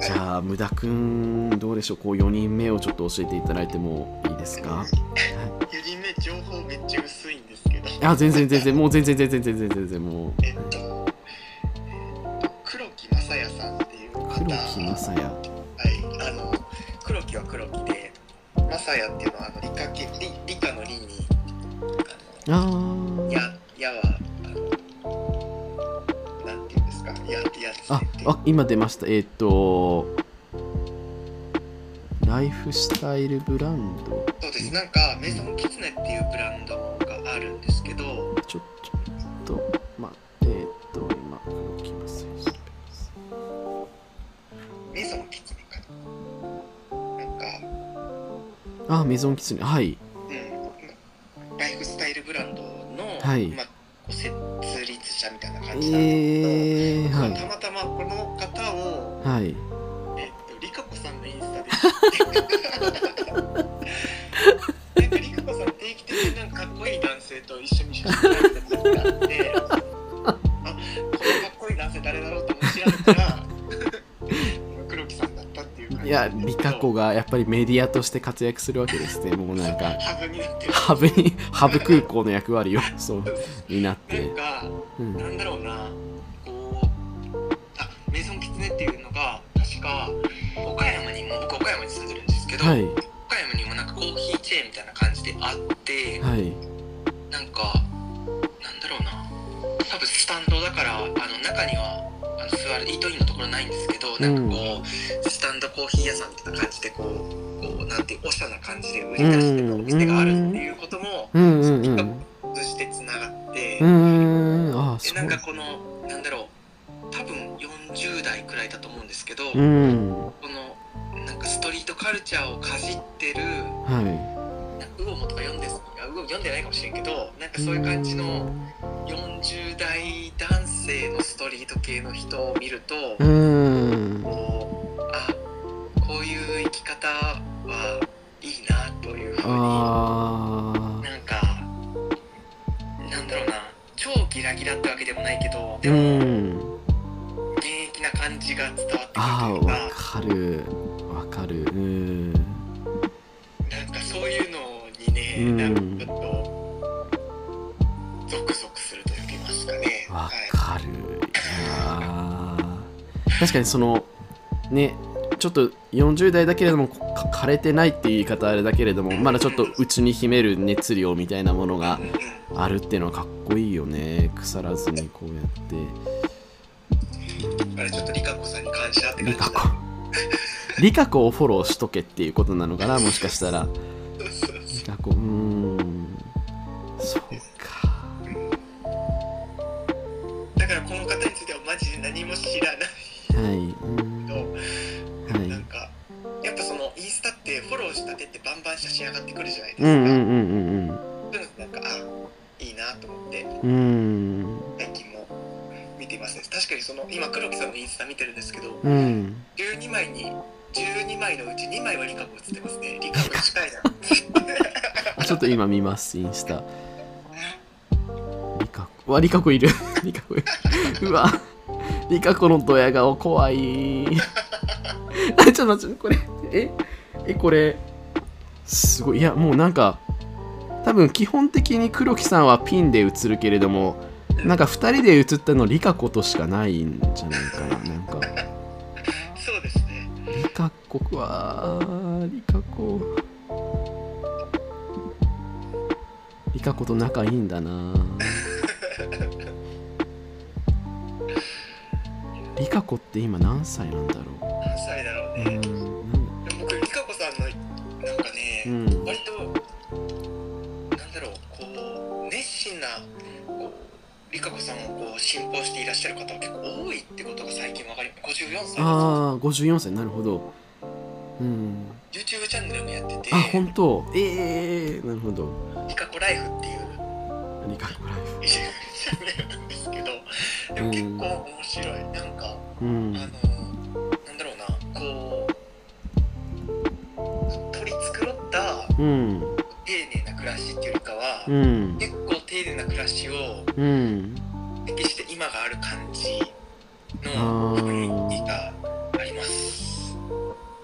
じゃあ、無駄くん、どうでしょう、こう4人目をちょっと教えていただいてもいいですか。 4人目情報めっちゃ薄いんですけどあ、全然全然、もう全然全然全然全然、もう。えっとえっと黒木正也さんっていう方黒木正也。はいあの黒木は黒木で正也っていうのはあの理科系理理科の理にああのーややはあのなんていうんですかややつあってあ今出ましたえーっ、とライフスタイルブランドそうですなんかメゾンキツネっていうブランドがあるんですけどちょちょっとまえーっ、と今動きますよメゾンキツネかななんかあメゾンキツネはいうんライフスタイルブランドの、はいまあ、こう設立者みたいな感じなんでえー、すけど、はたいまたまこの方を、はいえっと、リカコさんのイン スタで知ってなんかリカコさん定期的になんかかっこいい男性と一緒に写真撮られた時があってあこのかっこいい男性誰だろうと思って調べたら黒木さんだったっていう感いじなやんですリけどカ子がやっぱりメディアとして活躍するわけですねもうなんかハブになってるハブにハブ空港の役割をそうになっなてん、かうん、なんだろうな、こう、あメイソンキツネっていうのが、確か、岡山にも、僕、岡山に住んでるんですけど、はい岡山にもなんかコーヒーチェーンみたいな感じであって、はいなんか、なんだろうな、多分スタンドだから、あの中には、あの座るイートインのところないんですけど、なんかこう、スタンドコーヒー屋さんみたいな感じでこう、こうなんていうおしゃな感じで売り出してるお店があるっていうこともうんうんうん通じてつながって、うんうんうんあーでそなんかうこのなんだろう多分40代くらいだと思うんですけど、うんはこのなんかストリートカルチャーをかじってるいなんかウオモとか読んであウオモ読んでないかもしれんけどなんかそういう感じの40代男性のストリート系の人を見ると、うーんこうあこういう生き方はいいなというふうになあんかなんだろうな超ギラギラってわけでもないけどーでうも。ん現役な感じが伝わってあくるーというわかかるわかるうーんなんかそういうのにね、うんなんかちょっとゾクゾクすると言いますかね。わはいかるいやー確かにそのねちょっと40代だけれどもか枯れてないっていう言い方あれだけれどもまだちょっと内に秘める熱量みたいなものがうんうんあるっていうのはかっこいいよね腐らずにこうやってあれちょっとリカコさんに感謝ってリ感じだカ子リカ子をフォローしとけっていうことなのかなもしかしたらそうそうそなんかこううーんそうかうだからこの方についてはマジで何も知らないはいうーんけはど、いなんかやっぱそのインスタってフォローしたてってバンバン写真上がってくるじゃないですうか。んうんうんうんそういうのなんかあいいなと思ってうんうん最近も見ていますね。確かにその今黒木さんのインスタ見てるんですけど。うん12枚に12枚のうち2枚はリカコ映ってますねリカコ近いなあちょっと今見ますインスタリカ子わリカ子いる リカ子いるうわリカ子のドヤ顔怖い あちょっと待ってこれええこれすごいいやもうなんか多分基本的に黒木さんはピンで映るけれどもなんか2人で映ったのリカ子としかないんじゃないかななんかそうですねリカ子はリカ子リカ子と仲いいんだ なリカ子って今何歳なんだろ何歳だろうう、ねうでんも僕リカコさんのなんかね、うん割となんだろうこう熱心なこうリカコさんをこう信奉していらっしゃる方は結構多いってことが最近分かり54歳のああ54歳なるほどうん YouTube チャンネルもやっててあ本当ええー、なるほどリカコライフっていう リカ子ライ YouTube チャンネルなんですけどでも結構面白いなんかフうんあのなんだろうなこう取り繕ったうん丁寧な暮らしっていうよりかは、うん結構丁寧な暮らしをうん適して今がある感じあのー雰囲気があります。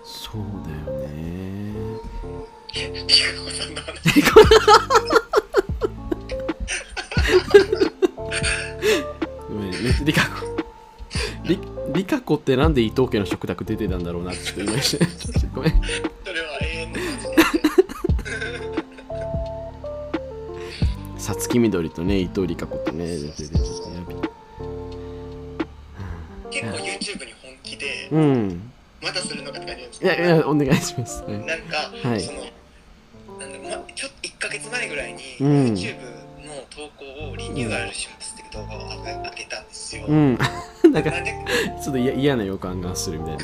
そうだよねえ、リカコさんの話。ごめんねリカ子リリカ子ってなんで伊藤家の食卓出てたんだろうなってちょっと今一瞬ごめんそれは永遠の 話さつきみどりとね伊藤理香子とね出ててちょっとやべ結構 YouTube に本気で、うんまだするのかって感じなんですいけど、やいやお願いしますはいなんか、はいその、なんだろうま、ちょっと1ヶ月前ぐらいに、うん YouTube の投稿をリニューアルしますっていう動画を上げたんですよ。うんなんかなんでちょっと嫌嫌な予感がするみたい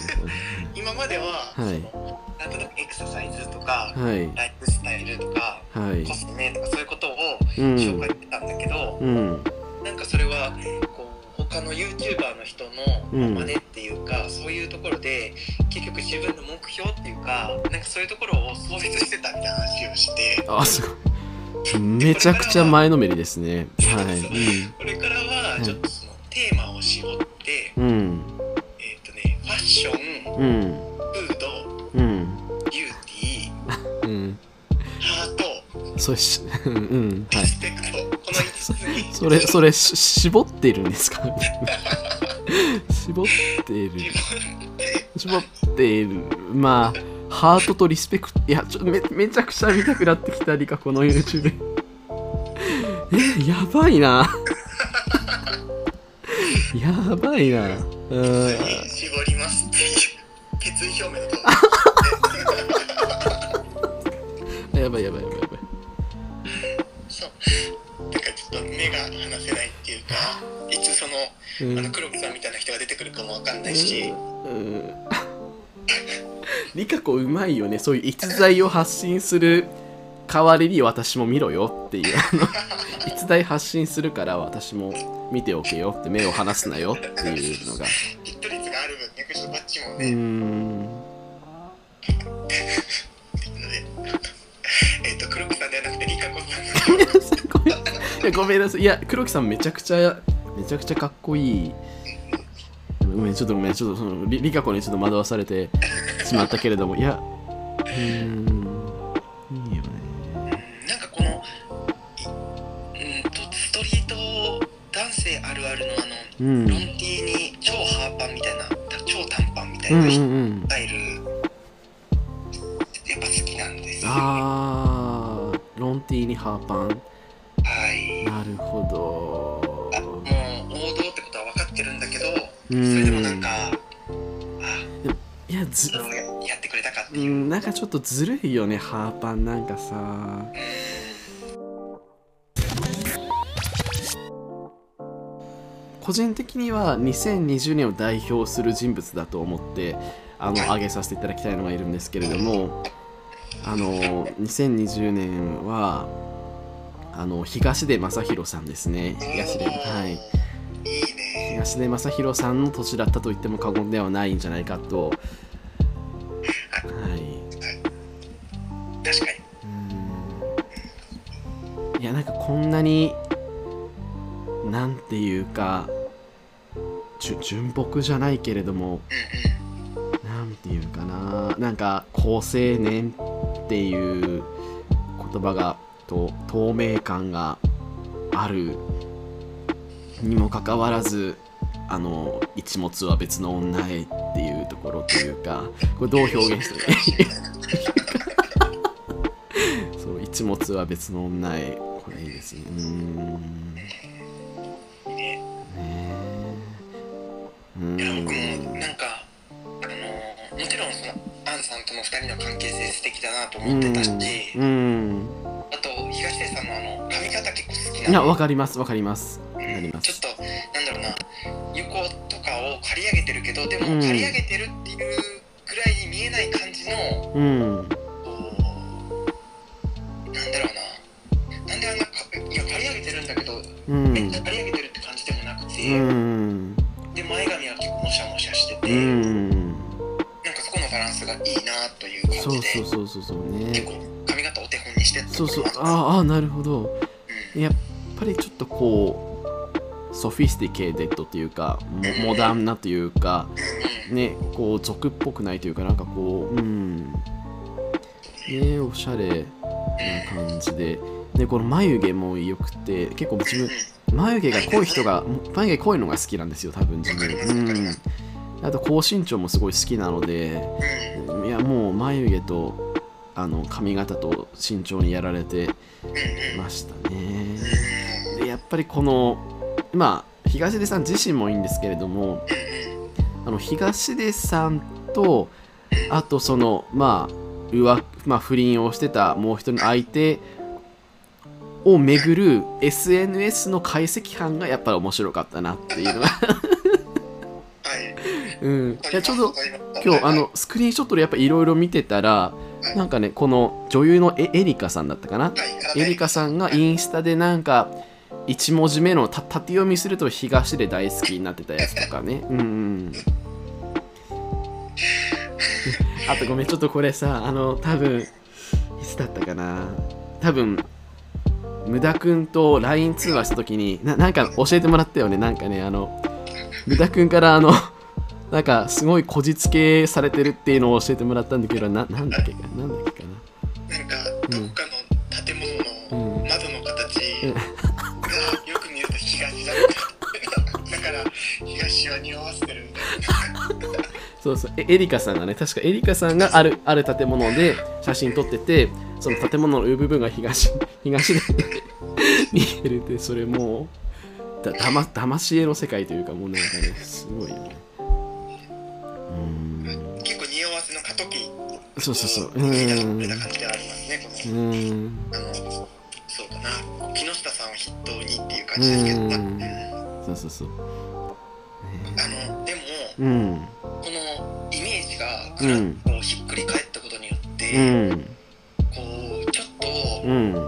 今までは、はいそのなんとなくエクササイズとか、なはいライフスタイルとか、はいコスメとかそういうことをう紹介んしてたんだけど、うんなんかそれはこう他の YouTuber の人うんの真似っていうか、そういうところで結局自分の目標っていうかなんかそういうところを創設してたみたいな話をしてあすごいめちゃくちゃ前のめりですねはいこれからはうんちょっとそのテーマを絞って、うんうんえっ、とねファッションうんフードうんビューティーうんハートそうしうんうんはリいスペクト、この5つにそれそれし絞ってるんですか 絞ってる自分で絞ってるまあハートとリスペクトいやちょめめちゃくちゃ見たくなってきたリカこの YouTube えやばいな やばいなうん絞りますっていう決意表明の動画やばいやばいやばいやばいそう。なんかちょっと目が離せないっていうか、いつその、うんあの黒木さんみたいな人が出てくるかもわかんないし、うんリカ子うまいよねそういう逸材を発信する代わりに私も見ろよっていうあの逸材発信するから私も見ておけよって目を離すなよっていうのがヒット率がある分、ね、ちょっとバッチもうね、ーん ので、えっ、と、黒木さんではなくて、リカ子さんの、ごめんなさいいやごめんなさいいや黒木さんめちゃくちゃめちゃくちゃかっこいいごめんちょっとごめんちょっとそのりりか子にちょっと惑わされてしまったけれどもいやうーんいいよねうんなんかこの、いうんと、ストリート男性あるあるのあの、うんロンティーに超ハーパンみたいな、超短パンみたいうんなうんスうんタイル、やっぱ好きなんですよ。はあーロンティーにハーパンい。なるほあもうど王道ってことは分かってるんだけど、うんそれでもなんかあいやずそれをややってくれたかってういう、うんんなんかちょっとずるいよねハーパンなんかさ個人的には2020年を代表する人物だと思ってあの挙げさせていただきたいのがいるんですけれどもあの2020年はあの東出正宏さんですね東出はいいいね東出正宏さんの年だったと言っても過言ではないんじゃないかとはい確かにいやなんかこんなになんていうかじゅ純朴じゃないけれどもうなんていうかななんか好青年っていう言葉がと透明感があるにもかかわらずあの一物は別の女へっていうところというかこれどう表現してるそう一物は別の女へこれいいですねうーんねんうんいいねえうーいや僕もんなんかあのーもちろんそのアンさんとの2人の関係性素敵だなと思ってたし、うんうんあと東出さんのあの髪型結構好きいなやのわかりますわかりますわかりまちょすっとなんだろうな横とかを刈り上げてるけどでもうん刈り上げてるっていうくらいに見えない感じのうんこうなんだろうななんであんなかいや刈り上げてるんだけど、うんめっちゃ刈り上げてるって感じでもなくうて、んで前髪は結構もしゃもしゃしてうて、んなんかそこのバランスがいいなという感そじうでそうそうそうそう結ね構髪型大にしてってそうこそとうもあったあーあーなるほどうんやっぱりちょっとこうソフィスティケーデッドというかモモダンなというかうんねこう俗っぽくないというかなんかこううんねおしゃれな感じででこの眉毛も良くて結構自分眉毛が濃い人が眉毛濃いのが好きなんですよ多分自分うんあと高身長もすごい好きなのでうんいやもう眉毛とあの髪型と身長にやられてうんうんうんましたねでやっぱりこのまあ東出さん自身もいいんですけれどもあの東出さんとあとそのまあ浮まあ、不倫をしてたもう一人の相手を巡る SNS の解析班がやっぱり面白かったなっていうのが、 はいうん、いやちょうど今今日あのスクリーンショットでやっぱいろいろ見てたらなんかねこの女優のエエリカさんだったかなエリカさんがインスタでなんか1文字目のた縦読みすると東で大好きになってたやつとか ねうんうんあとごめんちょっとこれさあの多分いつだったかな多分無駄くんと LINE 通話した時にななんか教えてもらったよねなんかねあの無駄くんからあのなんかすごいこじつけされてるっていうのを教えてもらったんだけどななんだっけかなんだっけかなんかどっかの建な物うんの窓の形うんがよく見ると東だっただから東は匂わせてるみたいなそうそうえエリカさんがね確かエリカさんがあるある建物で写真撮っててその建物の部分が東 東で見えるってそれもうだだまだまし絵の世界というかもうなんかねすごいよねうーん結構匂わせの過渡期そうそうそううにーなっんてたう感じがありますねこのーんあのそうだな木下さんを筆頭にっていう感じですけど、うんうんそうそうそうねあのでもうんこのイメージがぐらっとこうひっくり返ったことによって、うんこうちょっと、うんだろう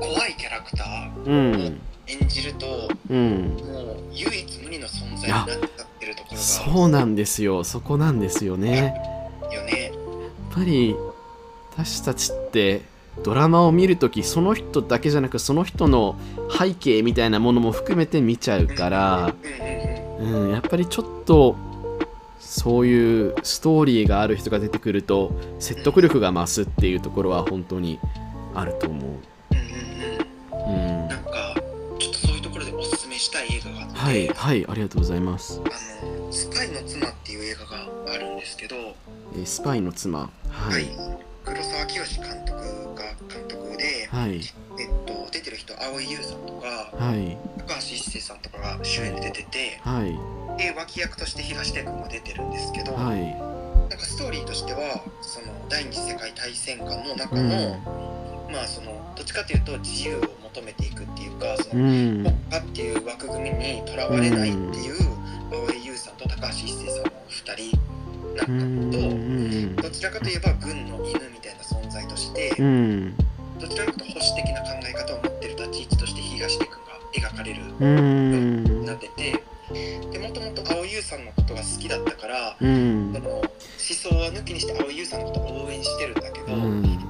な怖いキャラクターうん演じるとうんもう唯一無二の存在になっちゃってるところそうなんですよそこなんですよねがよね。やっぱり私たちってドラマを見るときその人だけじゃなくその人の背景みたいなものも含めて見ちゃうから、うんうんうんうん、やっぱりちょっとそういうストーリーがある人が出てくると説得力が増すっていうところは本当にあると思う。うんうんううんん、なんかちょっとそういうところでおすすめしたい映画があって、はいはいありがとうございます。あのスパイの妻っていう映画があるんですけど、えースパイの妻ははいい、黒沢清監督が監督で、はいえっと、出てる人蒼井優さんとかはい高橋一生さんとかが主演で出ててはいで脇役として東出君も出てるんですけど、はいなんかストーリーとしてはその第二次世界大戦下の中の、まあそのどっちかというと自由を求めていくっていうかそうんうのん国家っていう枠組みにとらわれないっていう蒼井優さんと高橋一生さんの2人うなんんかと。うんどちらかといえば軍の犬みたいな存在として、うんどちらかというと保守的な考え方を持ってる立ち位置として東出君が描かれるよううにんなっててでもともと蒼井優さんのことが好きだったから、うんその思想は抜きにして蒼井優さんのことを応援してるんだけど、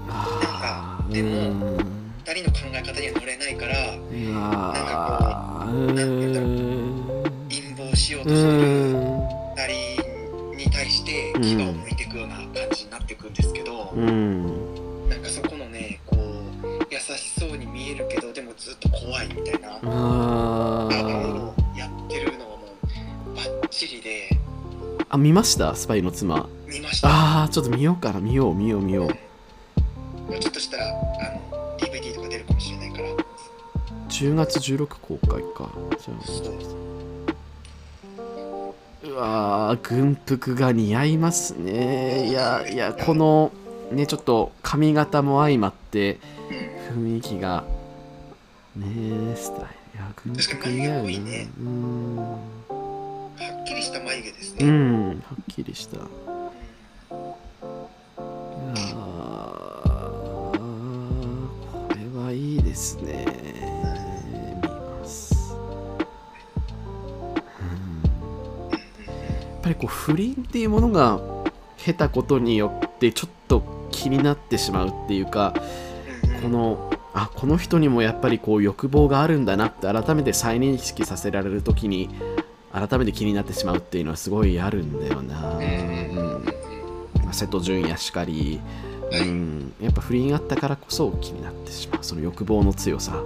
あーでもう2人の考え方には乗れないからーんうわーうーん陰謀しようとうすーるん2人に対して牙を向いていくような感じになっていくんですけど、うんなんかそこのねこう優しそうに見えるけどでもずっと怖いみたいな。あーをやってるのがもうバッチリであ見ましたスパイの妻見ましたああちょっと見ようかな見よう見よう見よもううちょっとしたらあの DVD とか出るかもしれないから10月16公開かじゃそうあうわー軍服が似合いますねいやいやこのねちょっと髪型も相まってうん雰囲気がねえスタイルいや軍服似合う確かに眉毛多いなねうんはっきりした眉毛ですうね、んはっきりしたいやーこれはいいですね見ますうんやっぱりこう不倫っていうものが経たことによってちょっと気になってしまうっていうかうんうんこのあこの人にもやっぱりこう欲望があるんだなって改めて再認識させられる時に改めて気になってしまうっていうのはすごいあるんだよな、うんまあ瀬戸淳也しかり、はういん、やっぱ不倫があったからこそ気になってしまうその欲望の強さ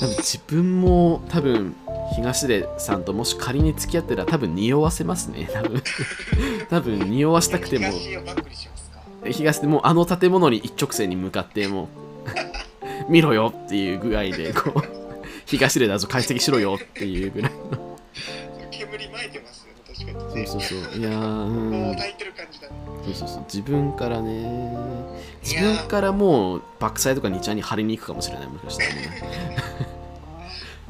多分自分も多分東出さんともし仮に付き合ってたら多分匂わせますね多分多分匂わしたくても東をバックにしますか東でもうあの建物に一直線に向かってもう 見ろよっていう具合でこう 東出だぞ解析しろよっていうぐらい煙巻いてますよね確かそうにそうそういやーもううん抱いてる感じだねそうそうそう自分からねい自や分からもうバックサイドか2ちゃんに張りに行くかもしれないもしかしたらね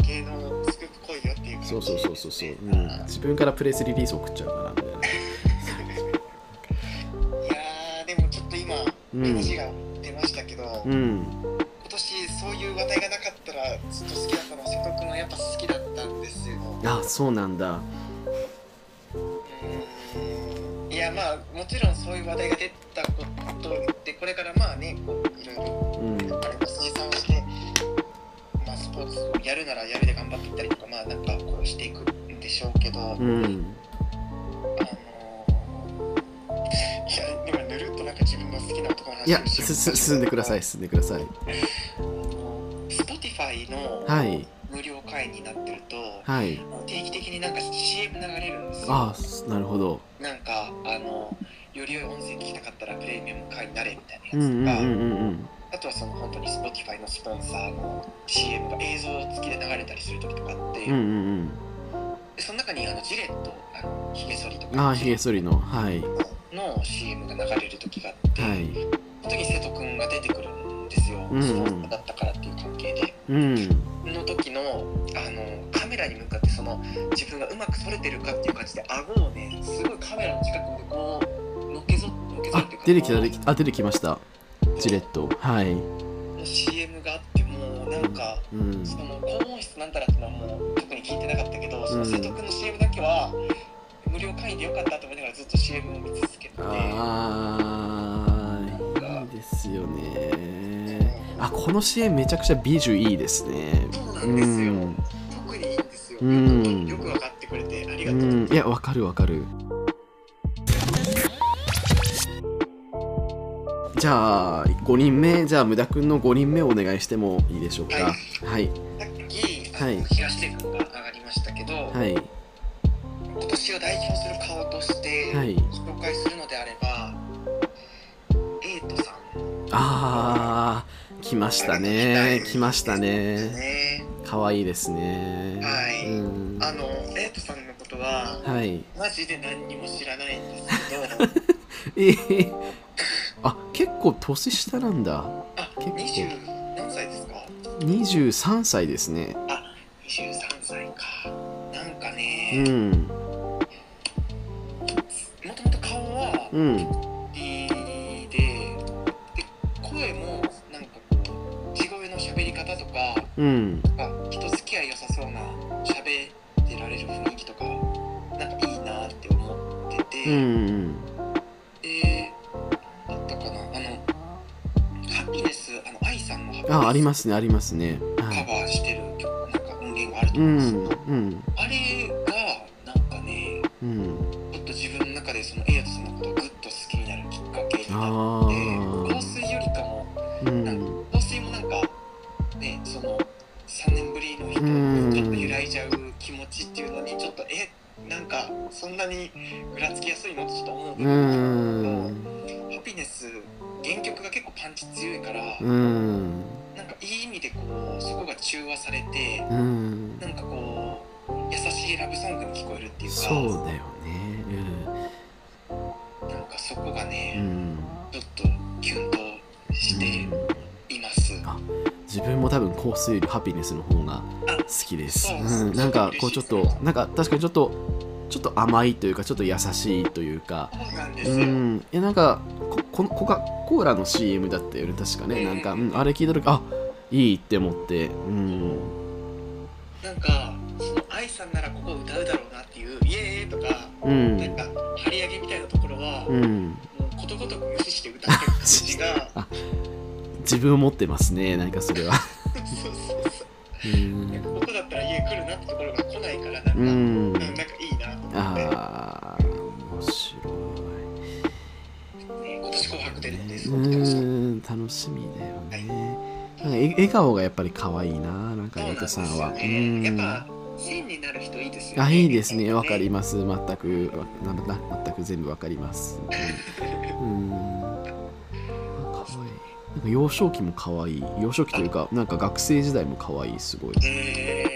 芸能のスクープ来いよっていう感じそうそうそうそうそう、うん、自分からプレスリリース送っちゃうからみたいないやーでもちょっと今うん話が出ましたけど、今うん年そういう話題がなかったらずっと好きだったのは瀬戸君はやっぱ好きだったんですよあそうなんだうんいやまあもちろんそういう話題が出たことでこれからまあねこういろいろうんあれも持参して、まあ、スポーツをやるならやるで頑張っていったりとかまあなんかこうしていくんでしょうけど、あうのんーいやでもぬるっとなんか自分の好きな男のい話やをしようすす進んでください進んでくださいスポティファイのはい無料会員になってると、はい定期的になんか CM 流れるんですよああなるほどなんかあのより良い音声聞きたかったらプレミアム会員になれみたいうんなうやつんうとか、んうんうんあとはその本当に Spotify のスポンサーの CM が映像付きで流れたりする時とかあって、うんうんでその中にあのジレットあのヒゲ剃りとうんあかあひげ剃りのはいの CM が流れる時があって、はいその時に瀬戸くんが出てくるんですよ、うんうんスポンサーだったからっていう関係で。うんの時のあのカメラに向かってその自分がうまく撮れてるかっていう感じで顎をねすごいカメラの近くでこうのっけぞのっけぞあっていうか出てきた出てきたあ出てきましたジレットはいの CM があってもうなんか、うんその高音質なんたらってのはもう特に聞いてなかったけど、そのうん瀬戸君の CM だけは無料会員でよかったと思いながらずっと CM を見続けててああいいですよねあこの CM めちゃくちゃビジュいいですねそうなうんですよ、ん特にいいんですよ、うん本当によく分かってくれてありがうとう、んいやわかるわかるじゃあ5人目じゃあ無駄くんの5人目お願いしてもいいでしょうかはいさっきあの、はい東出君が上がりましたけど、はい今年を代表する顔としてはい紹介するのであれば、エイトさんあー来ましたね来ましたですねね可愛いですねはいうんあのエイトさんのことははいマジで何にも知らないんです けどええあ結構年下なんだあ結構二十何歳ですか23歳ですね23歳かなんかうねんもともと顔はうんいいでで声もなんかこう地声の喋り方とかうんあ人付き合い良さそうな喋ってられる雰囲気とかなんかいいなって思ってて、うんうんでなんだったかなあのハピネスあの愛さんのハピネスあありますねありますねはカいバーしてる曲なんか音源があるとう思うんんですけど、うんあれがなんかねうんちょっと自分の中でそのエイトさんのことをぐっと好きになるきっかけになっあて香水あよりかもうん香水もなんかねその3年ぶりの人うんちょっと揺らいじゃう気持ちっていうのにちょっとえなんかそんなにぐらつきやすいのってちょっと思う部う分んハピネス原曲が結構パンチ強いからうんなんかいい意味でこうそこが中和されてうんなんかこう優しいラブソングに聞こえるっていうかそうだよねなんかそこがうねんちょっとキュンとしています。自分も多分香水よりハピネスの方が好きです、あうん、なんかこうちょっとなんか確かにちょっとちょっと甘いというかちょっと優しいというかそうなんですうよ、んえなんかここのコカ・コーラの CM だったよね確かねなんか、うん、あれ聞いた時あいいって思ってうんなんかその愛さんならここ歌うだろうなっていう「イエーイ!」とか、うなんんか張り上げみたいなところは、うんもう今ことごとく無視して歌ってる感じが自分を持ってますねなんかそれ はそうそうそううなんかん僕だったら家来るなってところが来ないからなんか、ううんん、なんかいいなと思って、あー面白いね、今年紅白出るんですうごく楽しみーん楽しみだよねなんかえ笑顔がやっぱり可愛いななんかそうなネんトさですんはようねやっんぱ線になる人いいですよねあいいですねなんわねかります全くわなな全く全部わかり ますうんうん可愛いなんか幼少期も可愛い幼少期というかなんか学生時代も可愛いすごいうん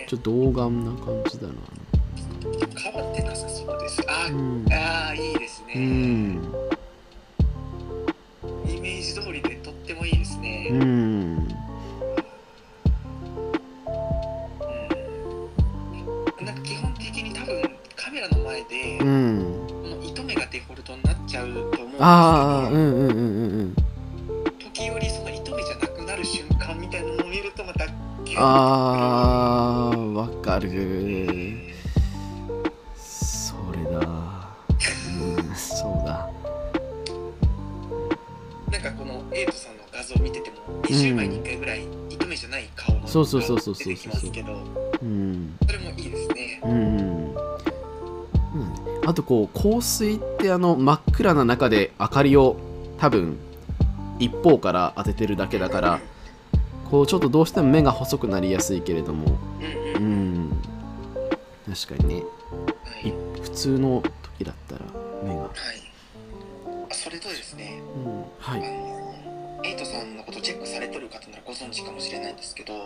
ちょっと童顔な感じだな変わってなさそうですあう、んあーいいですね、うんイメージ通りでとってもいいですね、ううんんなんか基本的に多分カメラの前で、うんこの糸目がデフォルトになっちゃうと思うんですけどああうんうんうんうんうん時折その糸目じゃなくなる瞬間みたいなのを見るとまたギュッあーわかうるんそれだうんそうだなんかこのエイトさんの画像を見てても20枚に1回ぐらい糸目じゃない顔のそうそうそうそう出てきますけどうんそれもいいですねうんうんあとこう香水ってあの真っ暗な中で明かりを多分一方から当ててるだけだからこうちょっとどうしても目が細くなりやすいけれどもうんうんううんん確かにねはいい、普通の時だったら目が、はい、あそれとですねうん、はあいのエイトさんのことチェックされとる方ならご存知かもしれないんですけどはい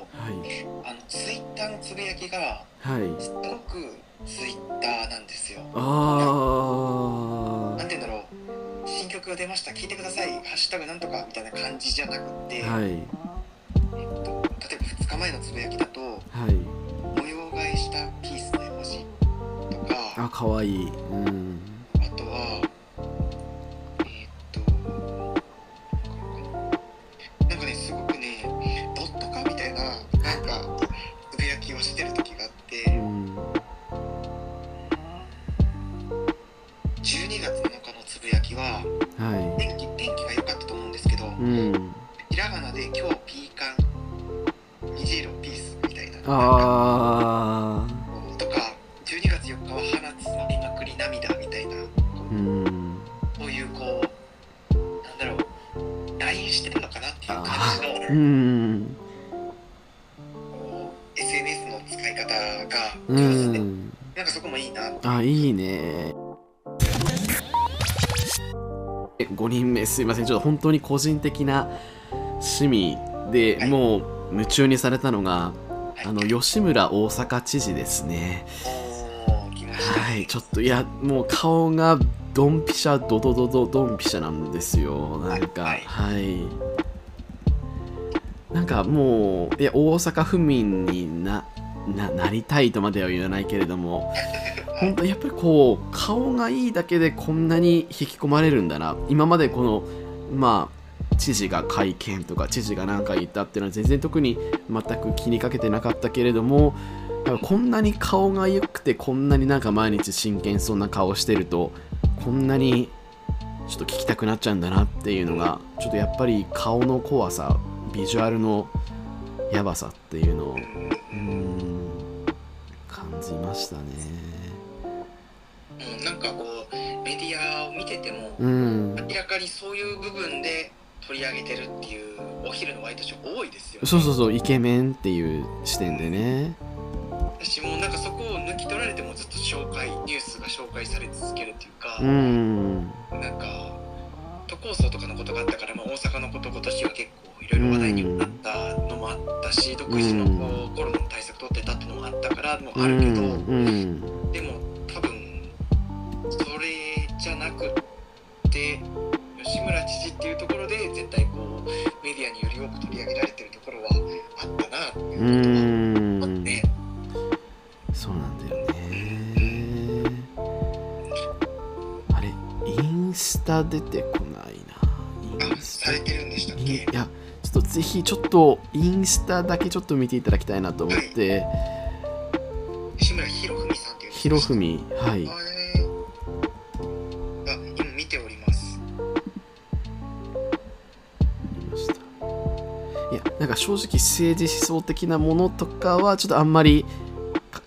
あのツイッターのつぶやきがはいすごくツイッターなんですよあなんて言うんだろう新曲が出ました聞いてくださいハッシュタグなんとかみたいな感じじゃなくって、ーはいえっと、例えば2日前のつぶやきだとはい模様替えしたピースの絵文字とかああ可愛いうんとはえっとなんかねすごくねドット化みたいななんかつぶやきをしてる時があっうてん12月7日のつぶやきはは天気天気が良かったと思うんですけど、いうんひらがなで今日ピーカン虹色ピースみたいなああとか12月4日は鼻つまみまくり涙みたいなうんそういうこうなんだろう LINE してるのかなっていう感うじのんこう SNS の使い方がう上手でんなんかそこもいいなってあいいねえ5人目すいませんちょっと本当に個人的な趣味で、はいもう夢中にされたのがはいあの吉村大阪知事ですねおー来ましたはいちょっといやもう顔がドンピシャドドドドドンピシャなんですよなんかはいはいなんかもういや大阪府民になななりたいとまでは言わないけれども 本当やっぱりこう顔がいいだけでこんなに引き込まれるんだな今までこのまあ知事が会見とか知事が何か言ったっていうのは全然特に全く気にかけてなかったけれどもやっぱこんなに顔が良くてこんなになんか毎日真剣そうな顔してるとこんなにちょっと聞きたくなっちゃうんだなっていうのがちょっとやっぱり顔の怖さビジュアルのやばさっていうのをううん感じましたねんうんなんかこうメディアを見ててもうん明らかにそういう部分で取り上げてるっていうお昼のワイドショー多いですよねそうそうそうイケメンっていう視点でね私もうなんかそこを抜き取られてもずっと紹介ニュースが紹介され続けるっていうか、うんなんか都構想とかのことがあったから、まあ、大阪のこと今年は結構いろいろ話題にもなったのもあったし、独自のこうコロナの対策取ってたってのもあったからもあるけど、うんでも多分それじゃなくって吉村知事っていうところで絶対こうメディアにより多く取り上げられてるところはあったなってういうことはあっんて。そうなんだよねあれインスタ出てこないなイあンスさタれてるんでしたっいけやちょっとぜひちょっとインスタだけちょっと見ていただきたいなと思って、志村ひろふみさんっていうひろふみはいあれあ今見ておりますいやなんか正直政治思想的なものとかはちょっとあんまり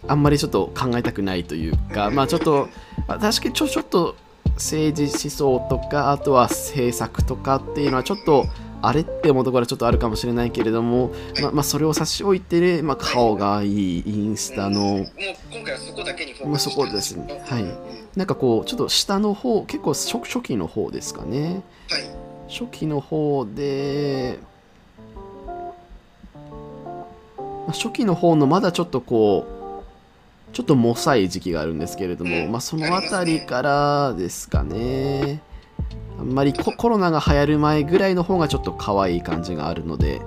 あんまりちょっと考えたくないというかまあちょっとあ確かにちょちょっと政治思想とかあとは政策とかっていうのはちょっとあれって思うところはちょっとあるかもしれないけれども、まあまあ、それを差し置いて、ねまあ、顔がいいインスタうんものう今回はそこだけにフォーまあカスそしてこるんですけねどはいうんなんかこうちょっと下の方結構初初期の方ですかねはい初期の方でまあ初期の方のまだちょっとこうちょっともさい時期があるんですけれども、うんまあ、その辺りからですかねあんまりココロナが流行る前ぐらいの方がちょっと可愛い感じがあるので、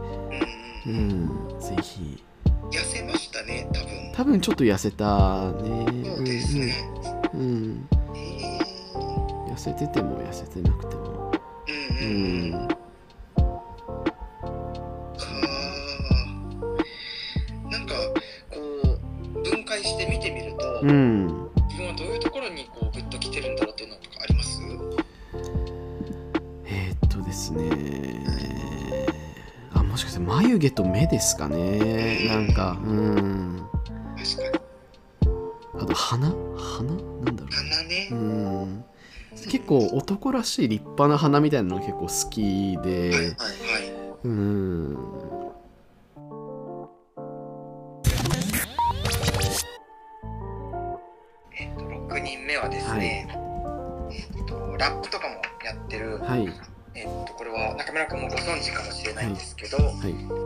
ううんん、ぜひ痩せましたね多分多分ちょっと痩せたねそうですね、うんうん、うん、え痩せてても痩せてなくてもうーうんうんんあーなんかこう分解して見てみると、うん自分はどういうところにこうグッときてるんだろうっていうのとかありますえーっとですねあもしかして眉毛と目ですかねなんかうん確かにあと鼻鼻なんだろ鼻ねううん結構男らしい立派な鼻みたいなの結構好きはいではいはいうんえっと6人目はですね、えっとラップとかもやってる、はいえっとこれは中村君もご存知かもしれないんですけど、はい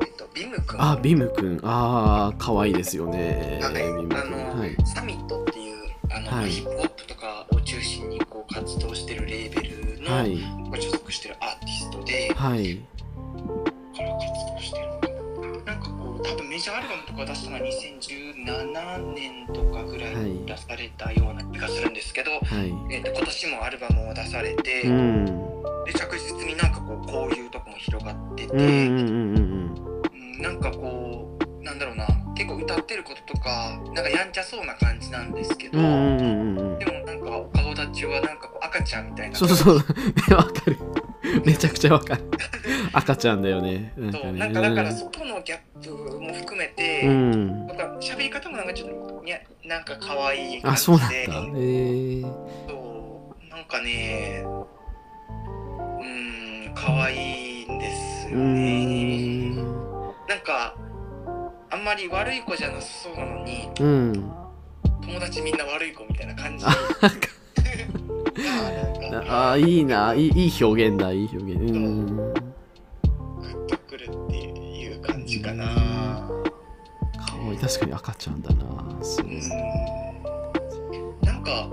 えっとビム君あビムくんあー可愛いですよねなんかビムくんあの、はいサミットっていうあの、はいヒップホップとかを中心にこう活動してるレーベルの、はいこう所属してるアーティストで、はいから活動してるのかななんかこう多分メジャーアルバムとか出したのは2017年とかぐらいに出されたような気がするんですけど、はいえっと今年もアルバムを出されて、うんで着実になんかこうこういうとこも広がってて、うんうんうんうんうんなんかこうなんだろうな結構歌ってることとかなんかやんちゃそうな感じなんですけうど、んうんうんうんうんでもなんかお顔立ちはなんかこう赤ちゃんみたいなそうそうそう、ね、わかる。めちゃくちゃわかる。赤ちゃんだよね。なんそうかねなんかだからうそこのギャップも含めて、ん。なんか喋り方もなんかちょっとにゃなんか可愛い感あ、じそうなんだ。でえー、そうなんかねうーん可愛いんですうよーねん。なんかあんまり悪い子じゃなさそうなのにうん。友達みんな悪い子みたいな感じ なんかあ、いいな。いいいい表現だ。いい表現。うん。グッとくるっていう感じかなかわいい。確かに赤ちゃんだな。そうう。んなんか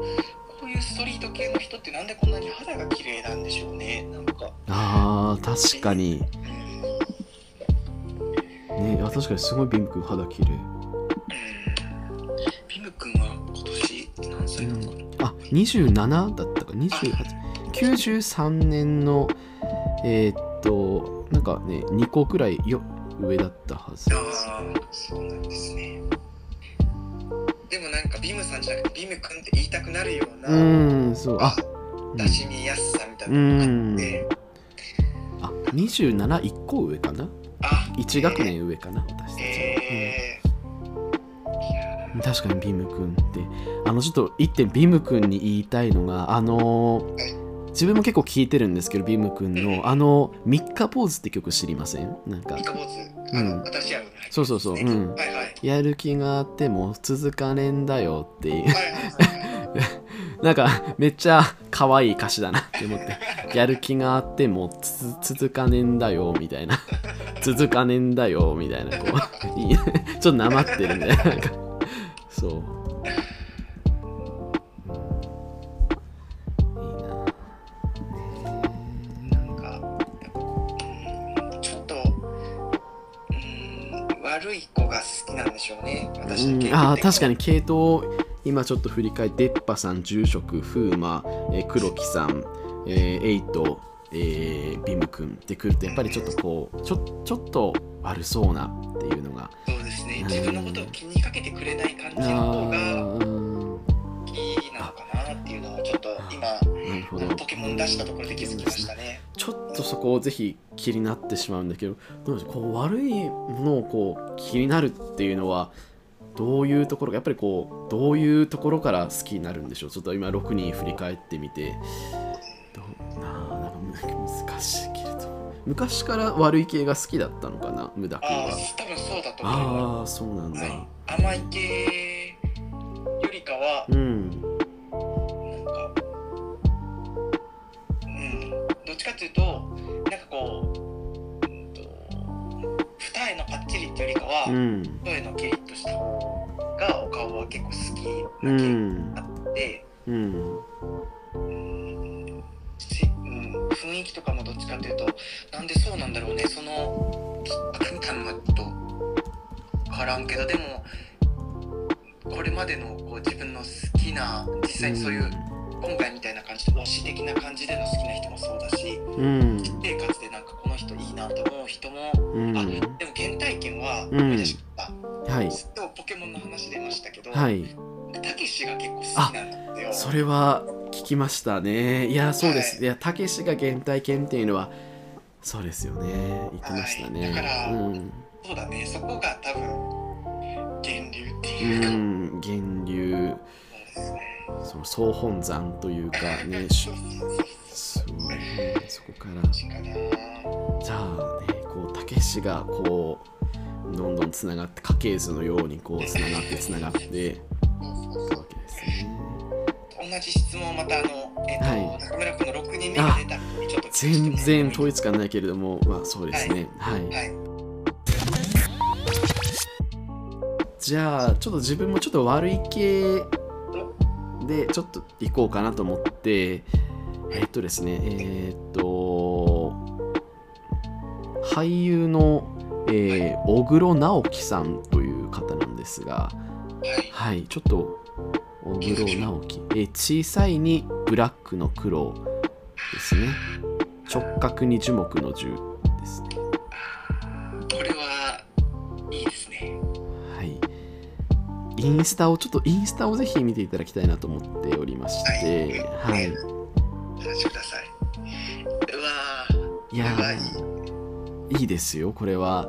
こういうストリート系の人ってなんでこんなに肌が綺麗なんでしょうねなんかああ、確かに。うんね、あ確かにすごいビン君肌綺麗。ピム君は今年何歳なのかな、あ、27だったか。28。93年のえーっとなんかね2個くらいよ上だったはずですああそうなんですねでもなんかビムさんじゃなくてビム君って言いたくなるような、うーんそうあうん親しみやすさみたいうんなのがあって、あ271個上かなあ1学年上かな私たちは、えーいやうん確かにビムくんってあのちょっと一点ビムくんに言いたいのがあのー自分も結構聞いてるんですけどビムくんのあの「3日ポーズ」って曲知りませんなんかーミカボーズ、うあんの私やるねそうそうそううんはいはいやる気があっても続かねえんだよっていうはいはいはいなんかめっちゃ可愛い歌詞だなって思ってやる気があってもつ続かねえんだよみたいな 続かねえんだよみたいなこういいちょっとなまってるみたいななんかそううんいいななんかやっぱうんちょっとうん悪い子が好きなんでしょうね私の経験的うん、にあー確かに系統今ちょっと振り返ってデッパさん住職風磨、えー、黒木さん、えー、エイト、えー、ビム君ってくるとやっぱりちょっとこうちょちょっと悪そうなっていうのがそうですねう、ん自分のことを気にかけてくれない感じあの方がーうんいいなのかなっていうのをちょっと今なるほどポケモン出したところで気づきましたね。ちょっとそこをぜひ気になってしまうんだけどどうでしょうこう悪いものをこう気になるっていうのはどういうところがやっぱりこうどういうところから好きになるんでしょうちょっと今6人振り返ってみてどうなあなんかむ難しいけれど昔から悪い系が好きだったのかな無駄君あはあ、多分そうだと思う。ああそうなんだ、はい、甘い系よりかは、うんなんか、うん、どっちかっていうと、なんかこう、うんと、二重のパッチリっていうよりかは、うん声のキリッとした方がお顔は結構好きうな気がんあって、うんうんしうん雰囲気とかもどっちかっていうとなんでそうなんだろうねそのきっかけみたいなのはちょっと分からんけどでもこれまでのこう自分の好きな実際にそういう今回みたいな感じで推し的な感じでの好きな人もそうだしうん生活でなんかこの人いいなと思う人も、うんあでも原体験はうん思い出した、はい今日ポケモンの話出ましたけどはいたけしが結構好きなんですよ。それは聞きましたねいやそうです、、はいやたけしが原体験っていうのはそうですよね言ってましたね、はいだからうん、そうだね、そこが多分源流ってういうか、うん、ん、源流ですね。その総本山というかねしそうすごいねそこからかな。じゃあねこうたけしがこうどんどんつながって家系図のようにこうつながってつながっていくわけですね同じ質問をまたあの、えっ、と、はい中村君の六人目が出たのにちょっと聞いても全らって然統一感ないけれどもまあそうですねはい、はい。じゃあちょっと自分もちょっと悪い系でちょっと行こうかなと思ってえっとですねえーっと俳優の、えー小黒直樹さんという方なんですがはい。はいちょっと小黒直樹、えー小さいにブラックの黒ですね直角に樹木の樹ですねこれはいいですね。はい、インスタをちょっとインスタをぜひ見ていただきたいなと思っておりまして、ははいい、お話しください。うわーいやはいーいいですよこれは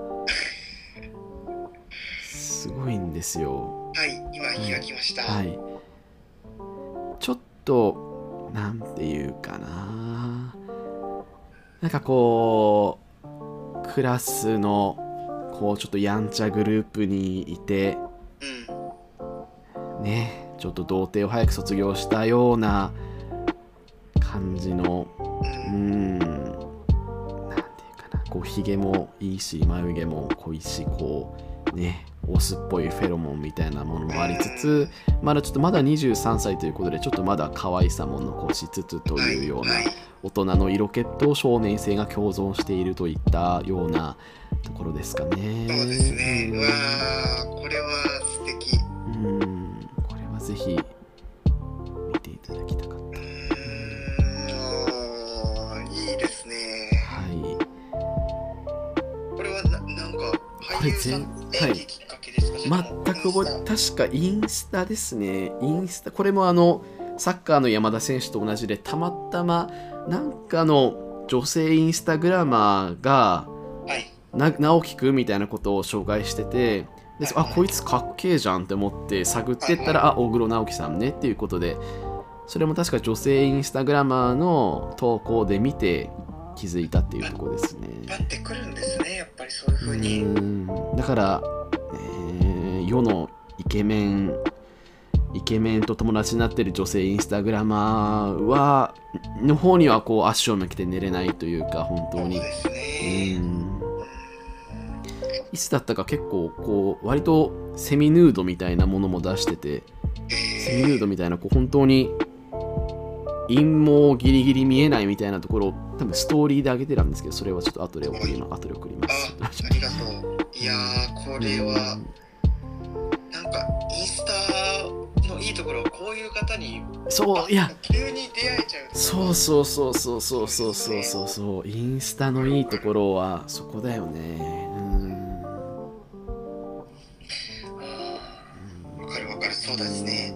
すごいんですよはい、今火が来ました。はいちょっとなんていうかななんかこうクラスのこうちょっとやんちゃグループにいてうん。ねちょっと童貞を早く卒業したような感じのううーん。んなんていうかなこうひげもいいし眉毛も濃いしこうねオスっぽいフェロモンみたいなものもありつつまだちょっとまだ23歳ということでちょっとまだ可愛さも残しつつというようなはい。はい大人の色気と少年性が共存しているといったようなところですかね。そうですね。うんうわーこれは素敵。うんこれはぜひ見ていただきたかっうーんいいですた。ね。はい。これはななんこか俳れ優さん全演技きっかけですか、それとも全く覚え確かインスタですね。インスタ。これもあの、サッカーの山田選手と同じで、たまたま、なんかの女性インスタグラマーが、はい。な直樹くんみたいなことを紹介してて、ではあいこいつかっけえじゃんって思って探ってったら、あ大黒直樹さんねっていうことでそれも確か女性インスタグラマーの投稿で見て気づいたっていうところですねなってくるんですね、やっぱりそういうう風に。んだから、えー世のイケメンイケメンと友達になってる女性インスタグラマーはの方にはこう足を向けて寝れないというか本当そうにですうね。んうんいつだったか結構こう割とセミヌードみたいなものも出しててセミヌードみたいなこう本当に陰謀ギリギリ見えないみたいなところを多分ストーリーで上げてたんですけどそれはちょっと後で送ります後で送りまあす、ありがとう。いやーこれはなんかインスタのいいところはこういう方にうんそういや急に出会えちゃうところ。そうそうそうそうそうそうそうそうそうインスタのいいところはそこだよねうんあーわかるわかるそうですね。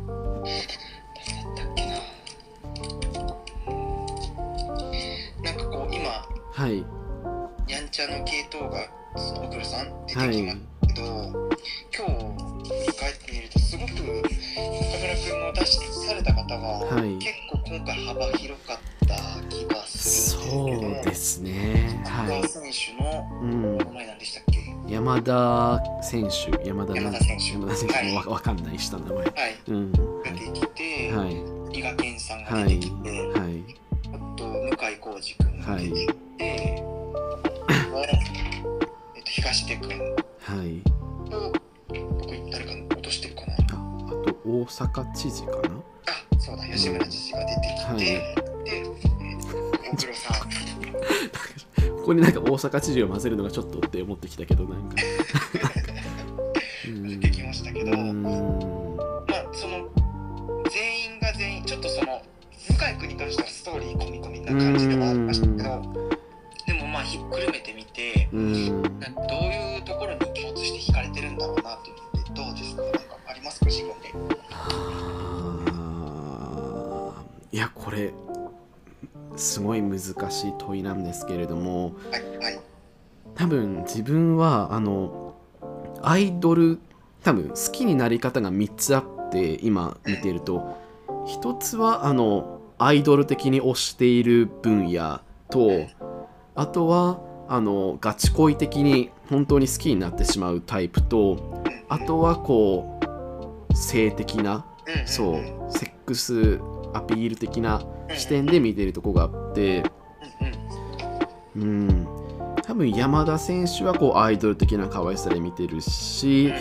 うん誰だったっけな。やんちゃの系統がおくるさん出はてきいま。すけど、今日帰ってみるとすごく中村君の出しされた方がはい。結構今回幅広かった気がするそんうですけどですね。は中い田。選手のうん名。前なんでしたっけ山田選手、山田なん山田選手山田選は手いもわわかんない下の名前。はいうん。出てきて、はい。伊賀健さんはがい。出てきて、はい。あと向井浩二君が出てきて、えっと、東出君はい。はい。と僕誰か落としてるかなああと、大阪知事かなあそうだ吉村知事が出てきて、はいで大黒さんここになんか大阪知事を混ぜるのがちょっとって思ってきたけど、 なんか。う出んてきましたけど、うん。まあその全員が全員ちょっとその向井君に関してはストーリー込み込みな感じではありましたけどでもまあひっくるめてみてうんなんかどういうところに共通して惹かれてるんだろうなっていうのってどうですかなんかありますか自分であーいやこれすごい難しい問いなんですけれどもはいはい多分自分はあのアイドル多分好きになり方が3つあって今見てると1つはあのアイドル的に推している分野とあとはあのガチ恋的に本当に好きになってしまうタイプとあとはこう性的なうんんそううんセックスアピール的な視点で見てるとこがあってうんうん多分山田選手はこうアイドル的な可愛さで見てるし、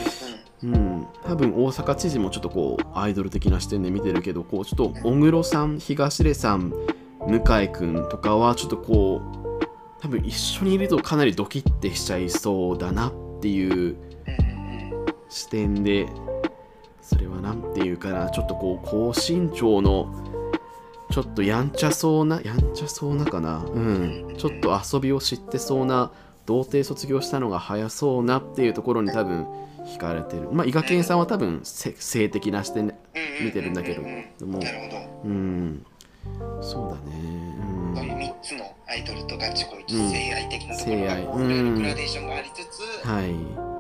うん、多分大阪知事もちょっとこうアイドル的な視点で見てるけどこうちょっと小黒さん東出さん向井君とかはちょっとこう多分一緒にいるとかなりドキッてしちゃいそうだなっていううんうんうん視点でそれは何て言うかなちょっとこう高身長のちょっとやんちゃそうなやんちゃそうなかなうんちょっと遊びを知ってそうな童貞卒業したのが早そうなっていうところに多分惹かれてるまあ伊賀健さんは多分せ性的な視点うん見てるんだけどううもなるほどうんそうだそういうね3つのアイドルとガチ恋とうん性愛的なところがこう性愛いろいろうんグラデーションがありつつ、うんは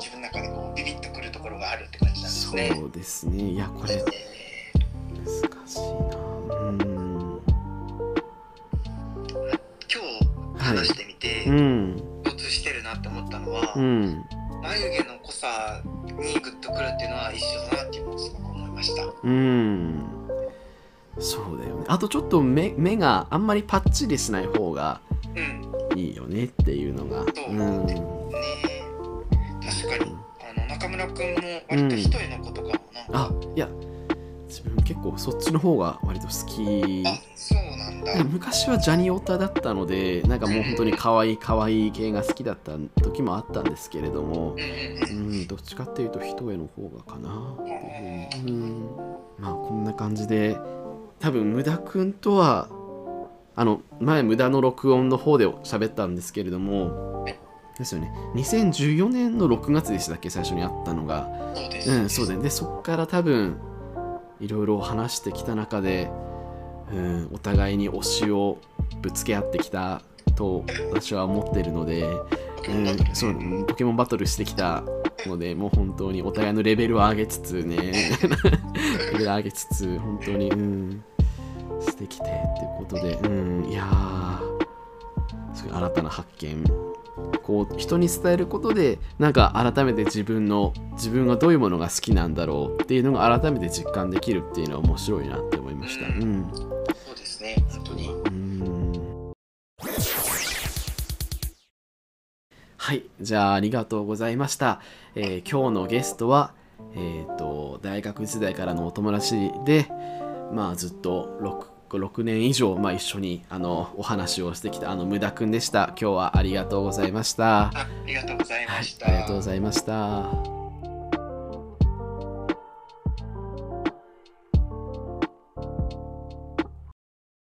自分の中でこうビビッとくるところがあるって感じいなんですそね。うですねいやこれえ難しいなうんー今日話してみて、うん共通してるなって思ったのは、うん眉毛の濃さにグッとくるっていうのは一緒だなっていうのをすごく思いました。うんそうだよねあとちょっと目目があんまりパッチリしない方がうん、ねいいよねっていうのがうんえ確かにあの中村君も割と一重のことかもなあんか、いや自分結構そっちの方が割と好きあそうなんだ。昔はジャニオタだったのでなんかもう本当に可愛い可愛い系が好きだった時もあったんですけれどもうんうんううんんどっちかっていうと一重の方がかなうんまあこんな感じで多分無駄くんとはあの前無駄の録音の方で喋ったんですけれどもえですよね2014年の6月でしたっけ最初に会ったのがそうです。うんそうだよねでそっから多分いろいろ話してきた中で、うん、お互いに推しをぶつけ合ってきたと私は思ってるので、ポケうモンバんトルね、そううんポケモンバトルしてきたのでもう本当にお互いのレベルを上げつつねレベル上げつつ本当にうんしてきてってことでうんいやーすごい新たな発見こう人に伝えることでなんか改めて自分の自分がどういうものが好きなんだろうっていうのが改めて実感できるっていうのは面白いなって思いましたうんそうですね、本当に。うんはいじゃあありがとうございました、えー今日のゲストはえーと大学時代からのお友達でまあずっと 6, 6年以上、まあ、一緒にあのお話をしてきたあの無駄くんでした今日はありがとうございましたあありがとうございはまいした。ありがとうございました